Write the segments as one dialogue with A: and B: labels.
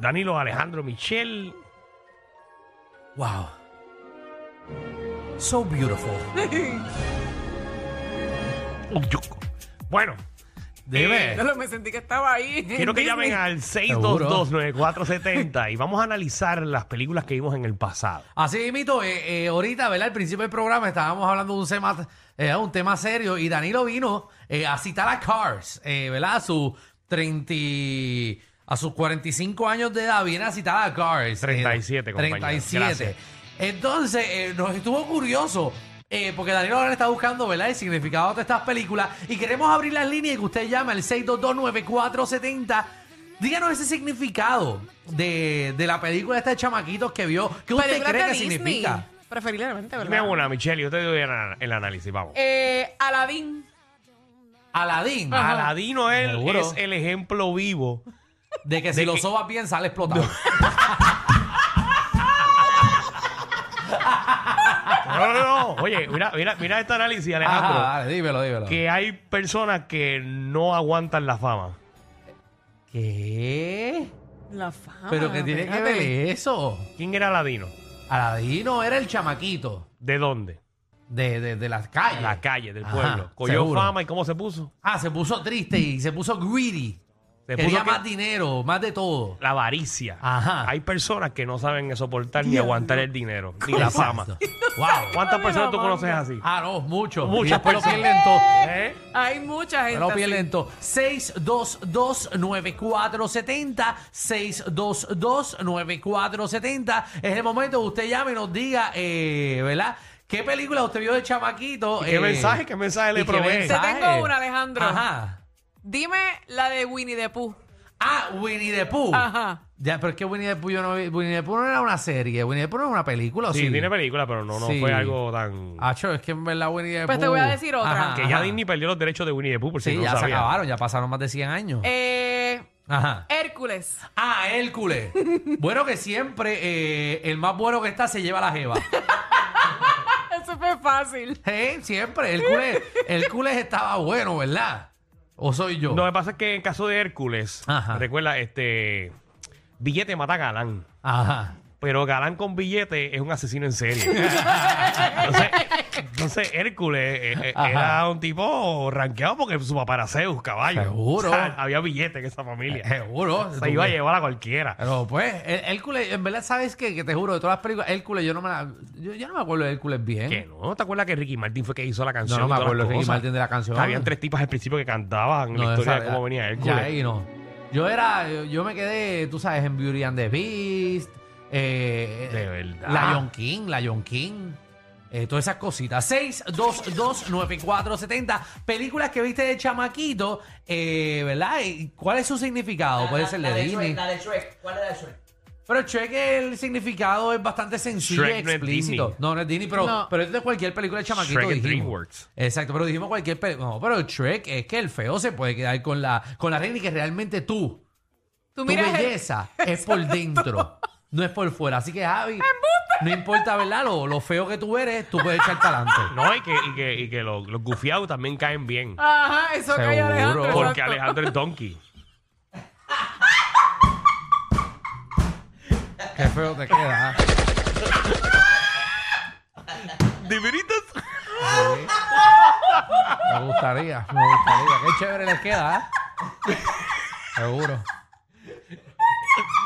A: Danilo Alejandro Michel.
B: Wow. So beautiful.
A: Bueno,
B: Dime.
C: Yo lo- me sentí que estaba ahí.
A: quiero que
C: en Disney.
A: llamen al 622-9470 y vamos a analizar las películas que vimos en el pasado.
B: Así mito, eh, eh, ahorita, ¿verdad? Al principio del programa estábamos hablando de un tema, eh, un tema serio y Danilo vino eh, a citar a Cars, eh, ¿verdad? A sus 30, y- a sus 45 años de edad viene a citar a Cars. Eh,
A: 37, compañero.
B: 37.
A: Gracias.
B: Entonces, eh, nos estuvo curioso. eh, porque Danilo ahora está buscando, ¿verdad? El significado de estas películas. Y queremos abrir las líneas y que usted llame al 6229470. Díganos ese significado de, de la película de este chamaquito que vio. ¿Qué usted
C: Películas
B: cree
C: de
B: que
C: Disney,
B: significa?
C: Preferiblemente,
A: Dime
C: ¿verdad?
A: una, Michelle, yo te doy el, ana- el análisis, vamos.
C: Eh, Aladdin.
B: Aladín.
A: Aladino él
B: Seguro.
A: es el ejemplo vivo.
B: Ah, De que si
A: De
B: lo
A: que-
B: sobas bien sale explotado.
A: No, no, no. Oye, mira, mira, mira este análisis, Alejandro.
B: Ajá, dale, dímelo, dímelo.
A: Que hay personas que no aguantan la fama.
B: ¿Qué?
C: La fama.
B: ¿Pero qué tiene que ver
C: fíjate.
B: eso?
A: ¿Quién era Aladino?
B: Aladino era el chamaquito
A: ¿De dónde?
B: de, de, de las calles.
A: La calle, del
B: Ajá,
A: pueblo. Cogió
B: seguro.
A: fama y cómo se puso.
B: Ah, se puso triste y se puso greedy.
A: Se
B: Quería
A: puso que-
B: más dinero, más de todo.
A: la avaricia.
B: Ajá.
A: Hay personas que no saben soportar ni aguantar el dinero, ni la fama.
B: Exacto. wow.
A: ¿Cuántas personas tú conoces así?
B: Ah, no, mucho.
A: Muchas
B: Y después
A: personas.
B: Lo pierden todo.
A: ¿Eh?
C: Hay mucha gente.
B: No
C: así.
B: pierden todo. 622-9470. 622-9470. Es el momento que usted llame y nos diga, eh, ¿verdad? ¿Qué película usted vio de chamaquito?
A: ¿Y qué
B: Eh,
A: mensaje, qué mensaje le
B: y qué
A: provee?
B: mensaje.
C: Te tengo una, Alejandro.
B: Ajá.
C: Dime la de Winnie the Pooh.
B: Ah, Winnie the Pooh.
C: Ajá.
B: Ya, pero es que Winnie the Pooh yo no vi- Winnie the Pooh no era una serie. Winnie the Pooh no era una película, ¿o
A: Sí, tiene película, pero no, no
B: Sí.
A: fue algo tan...
B: Acho, es que en verdad Winnie the Pooh.
C: Pues te voy a decir otra.
A: que ya
B: ajá.
A: Disney perdió los derechos de Winnie the Pooh, por si
B: Sí,
A: no
B: ya
A: lo
B: se
A: sabía.
B: acabaron, ya pasaron más de 100 años.
C: Eh,
B: Ajá.
C: Hércules.
B: Ah, Hércules. bueno, que siempre eh, el más bueno que está se lleva la jeva.
C: Eso fue fácil.
B: ¿Eh? Siempre. Hércules, Hércules estaba bueno, ¿verdad? ¿O soy yo?
A: No, lo que pasa es que en caso de Hércules,
B: Ajá.
A: recuerda, este... Billete mata a Galán.
B: Ajá.
A: Pero Galán con billete es un asesino en serie. entonces, entonces Hércules eh, eh,
B: Ajá.
A: era un tipo ranqueado porque su papá era Zeus, caballo.
B: Seguro.
A: O
B: Eh,
A: sea, había billete en esa familia.
B: Seguro.
A: Se iba a llevar a cualquiera.
B: Pero pues, Hé- Hércules, en verdad, ¿sabes qué? Que te juro, de todas las películas, Hércules, yo no me la- yo, yo no me acuerdo de Hércules bien.
A: Que no, ¿te acuerdas que Ricky Martin fue que hizo la canción?
B: ¿eh? No, no
A: y
B: me
A: todas
B: acuerdo
A: las
B: de Ricky
A: cosas?
B: Martin de la canción.
A: Habían tres tipas al principio que cantaban
B: No,
A: la historia
B: esa-
A: de cómo venía
B: Ya
A: Hércules.
B: ahí no. Yo era, yo, yo me quedé, tú sabes, en Beauty and the Beast. Eh,
A: De verdad.
B: Lion King, Lion King. eh, todas esas cositas. 6229470. Películas que viste de chamaquito, eh, ¿verdad? ¿Y ¿Cuál es su significado? Puede ser de Disney.
D: ¿Cuál es la de Shrek?
B: Pero Shrek, el significado es bastante sencillo
A: Shrek
B: y
A: no es
B: explícito.
A: Disney.
B: No, no es Disney, pero,
C: No.
B: pero es de cualquier película de chamaquito.
A: Shrek es
B: dijimos.
A: DreamWorks.
B: Exacto, pero dijimos cualquier película. No, pero Shrek es que el feo se puede quedar con la, con la reina y que realmente tú,
C: Tú
B: tu
C: miras.
B: belleza es por dentro, no es por fuera. Así que, Javi, no importa, ¿verdad? Lo, lo feo que tú eres, tú puedes echar para adelante.
A: No, y que, y que, y que los, los gufiados también caen bien.
C: Ajá, eso que hay
B: Seguro.
C: Alejandro.
A: Porque
C: Ah, exacto.
A: Alejandro es donkey.
B: Qué feo te queda. ¿ah?
A: ¿De veritas?
B: Me gustaría, me ¿ah? gustaría. Qué chévere les queda, ¿eh? Seguro.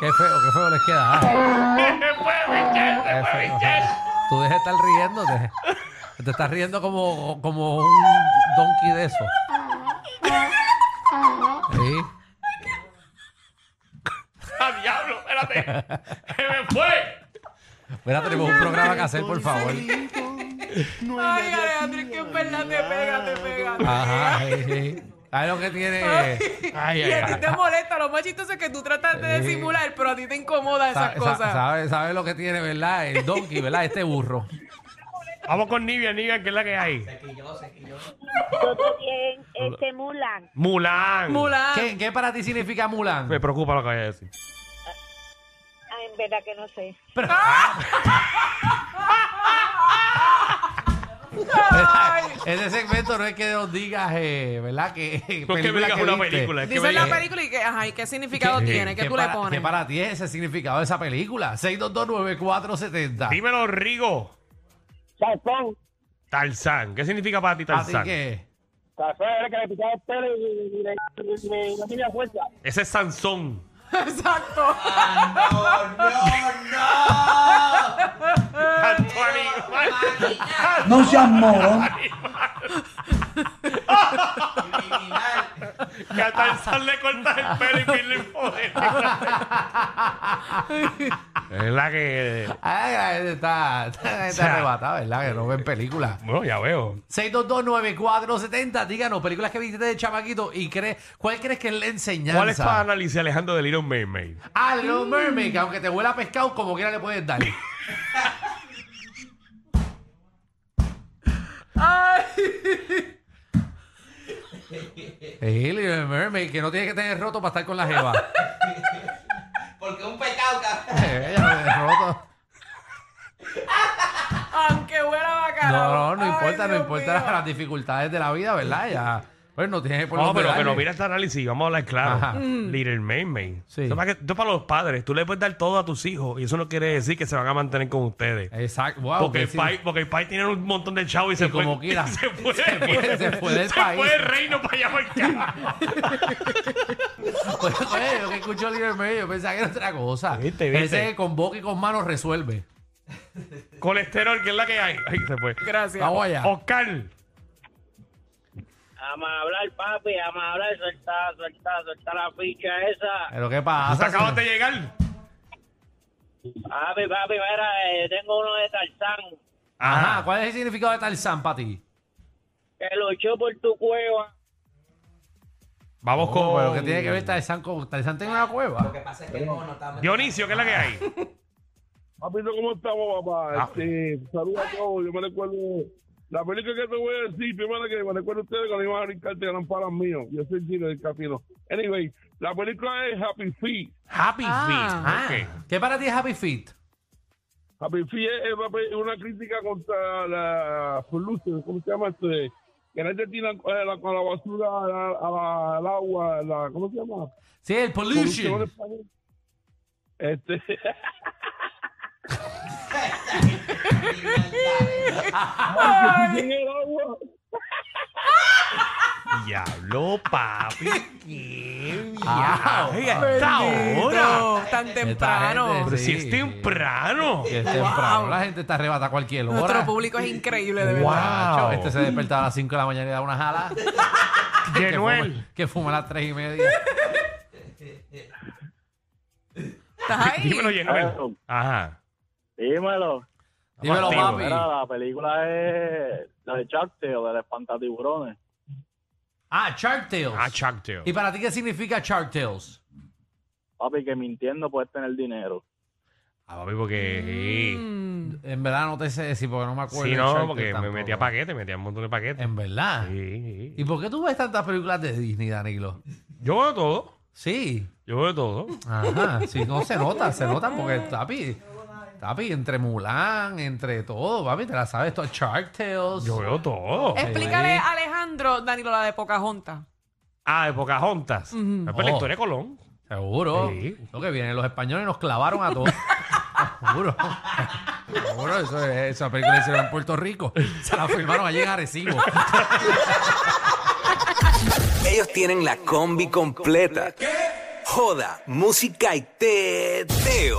B: Qué feo, qué feo les queda. ah. Qué feo. Tú dejes de estar riéndote. Te estás riendo como, como un donkey de eso. Sí.
A: ¡Ah, diablo! ¡Espérate! ¡Se me fue!
B: Mira, tenemos un programa que hacer, por favor.
C: Ay, Alejandro, es que en verdad te pega, te pega. te
B: Ajá, eh. sí, sí. ¿Sabes lo que tiene?
C: pega.
A: Ay, ay,
C: y a
A: ay.
C: ti te molesta, lo más chistoso es que tú tratas de
B: Sí.
C: disimular, pero a ti te incomoda esas
B: sa- sa-
C: cosas.
B: ¿Sabes sabe lo que tiene, verdad? El donkey, ¿verdad? Este burro.
A: Vamos con Nivea, Nivea, que es la que hay.
D: Todo bien, este Mulan.
A: Mulan.
C: Mulan.
B: ¿Qué, ¿Qué para ti significa Mulan?
A: Me preocupa lo que voy a decir.
D: Ah, en verdad que no sé.
C: Ay.
B: Ese segmento no es que nos digas, eh, ¿verdad? Que,
A: No es que me
B: película
A: digas
B: que
A: una
B: viste.
A: película. Es que me
C: Dice la
A: digas-
C: película y que, ajá, ¿y qué significado tiene? ¿Qué tú
B: para,
C: le pones?
B: que para ti es el significado de esa película? 6229470.
A: Dímelo, Rigo.
E: Tarzán.
A: Tarzán. ¿Qué significa para ti
B: Así
A: Tarzán?
B: que,
E: Tarzán era el que le picaba el pelo y, y, le- y, le- y no tenía fuerza.
A: Ese es Sansón.
C: Exacto.
A: Tanto animal.
F: Ah, No seas moro.
A: Que a Tarzán le cortas el pelo y pierde el poder. es la que...
B: ay, ay, está, está,
A: sea, eh.
B: arrebatada, ¿verdad? Que no ven películas.
A: Bueno, ya veo.
B: 6229470, díganos, películas que viste de chamaquito y crees, ¿cuál crees que es la enseñanza?
A: ¿Cuál es para análisis, Alejandro, del Iron Mermaid?
B: Ah, Little Mermaid, que aunque te huela a pescado, como quiera le puedes dar.
C: Ay.
B: Sí, Little Mermaid, que no tiene que tener roto para estar con la jeva.
G: Porque un pecado, cabrón.
B: Eh, Ella no tiene roto.
C: Aunque huela bacalao.
B: No, no, no
C: Ay,
B: importa, no
C: Dios
B: importa
C: mío.
B: las dificultades de la vida, ¿verdad? Ya, pues no tiene por
A: No,
B: dónde
A: pero,
B: darle.
A: pero mira este análisis, vamos a hablar claro.
B: Ajá.
A: Little Mermaid.
B: Sí.
A: Esto, es para que- esto es para los padres. Tú le puedes dar todo a tus hijos y eso no quiere decir que se van a mantener con ustedes.
B: Exacto, wow.
A: porque,
B: que
A: el
B: Eh, sí.
A: país, porque el país tiene un montón de chavos y, se fue.
B: como quiera.
A: y se fue.
B: Se fue- se fue del
A: se
B: país.
A: fue del reino para allá para el carajo.
B: Pues, oye, yo que escucho Little Mermaid, yo pensaba que era otra cosa.
A: Viste, viste.
B: Ese que con boca y con manos resuelve.
A: Colesterol, que es la que hay. Ay, se fue.
C: Gracias.
B: Vamos allá.
A: Oscar.
E: Vamos a hablar, papi, vamos a hablar, suelta, suelta, suelta la ficha esa.
B: Pero qué
A: Tú te
B: pasa.
A: acabas de llegar.
E: Papi, papi, mira, eh, tengo uno de Tarzán
A: Ah,
B: Ajá, ¿cuál es el significado de Tarzán para ti?
E: que luchó por tu cueva.
A: Vamos con.
B: Oh, pero ¿qué tiene que ver Tarzán con Tarzán tiene una
G: Lo
B: cueva?
G: que pasa es que no, no estamos.
A: Dionisio, ¿qué es la que hay?
H: Papito, ¿cómo estamos, papá?
A: Ah.
H: Este, saludos a todos. Yo me recuerdo. La película que te voy a decir, primero que me recuerdo a ustedes cuando iban a brincarte eran palas míos. Yo soy Gino del Capino. Anyway, la película es Happy Feet.
A: Happy
C: Ah.
A: Feet. Ok.
B: Ah, ¿Qué para ti es Happy Feet?
H: Happy Feet es una pe- una crítica contra la pollution, ¿cómo se llama? Este, que la gente tira eh, la, con la basura a la- a la- al agua, la, ¿cómo se llama?
B: Sí, el
H: Pollution en
B: pollution.
H: español. Este,
C: Ay,
H: en el agua.
A: Diablo, papi. Qué
B: Ah,
A: viaje a esta hora.
C: bendito, Tan temprano.
B: gente
A: Pero si
B: Sí.
A: es temprano.
B: Que es temprano, la gente está arrebata a cualquier hora.
C: Nuestro público es increíble, de
A: Wow.
C: verdad.
B: Chacho, Este se despertaba a las 5 de la mañana y da una jala. Que
A: Yenuel.
B: fuma- Que fuma a las 3 y media.
C: ¿Estás ahí?
A: Dímelo, Yenuel.
H: Claro.
A: Ajá.
H: Dímelo.
B: Dímelo,
A: Activo.
B: papi.
H: la película es la de Shark Tale, de la espantatiburones.
B: Ah, Shark Tales.
A: Ah, Chuck Taylor.
B: ¿Y para ti qué significa Shark Tales?
H: Papi, que mintiendo puedes tener dinero.
A: Ah, papi, porque.
B: En verdad no te sé decir porque no me acuerdo.
A: Sí,
B: de Shark
A: no,
B: Tales
A: porque me
B: tampoco.
A: metía paquete, metía un montón de paquetes.
B: En verdad.
A: Sí,
B: ¿Y
A: sí.
B: por qué tú ves tantas películas de Disney, Danilo?
A: Yo veo todo.
B: Sí.
A: Yo veo todo.
B: Ajá. Sí, no se nota, se nota porque papi, papi, entre Mulan, entre todo, papi, te la sabes todo. Shark Tales.
A: Yo veo todo.
C: Explícale a Alejandro, Danilo, la de Pocahontas.
A: Ah, de Pocahontas. Es por la
B: Oh.
A: historia de Colón.
B: Seguro.
A: Sí.
B: Lo que vienen los españoles y nos clavaron a todos. Seguro. Seguro, eso es- esa película la hicieron en Puerto Rico. Se la filmaron allí en Arecibo.
I: Ellos tienen la combi completa.
H: joda, música y teo.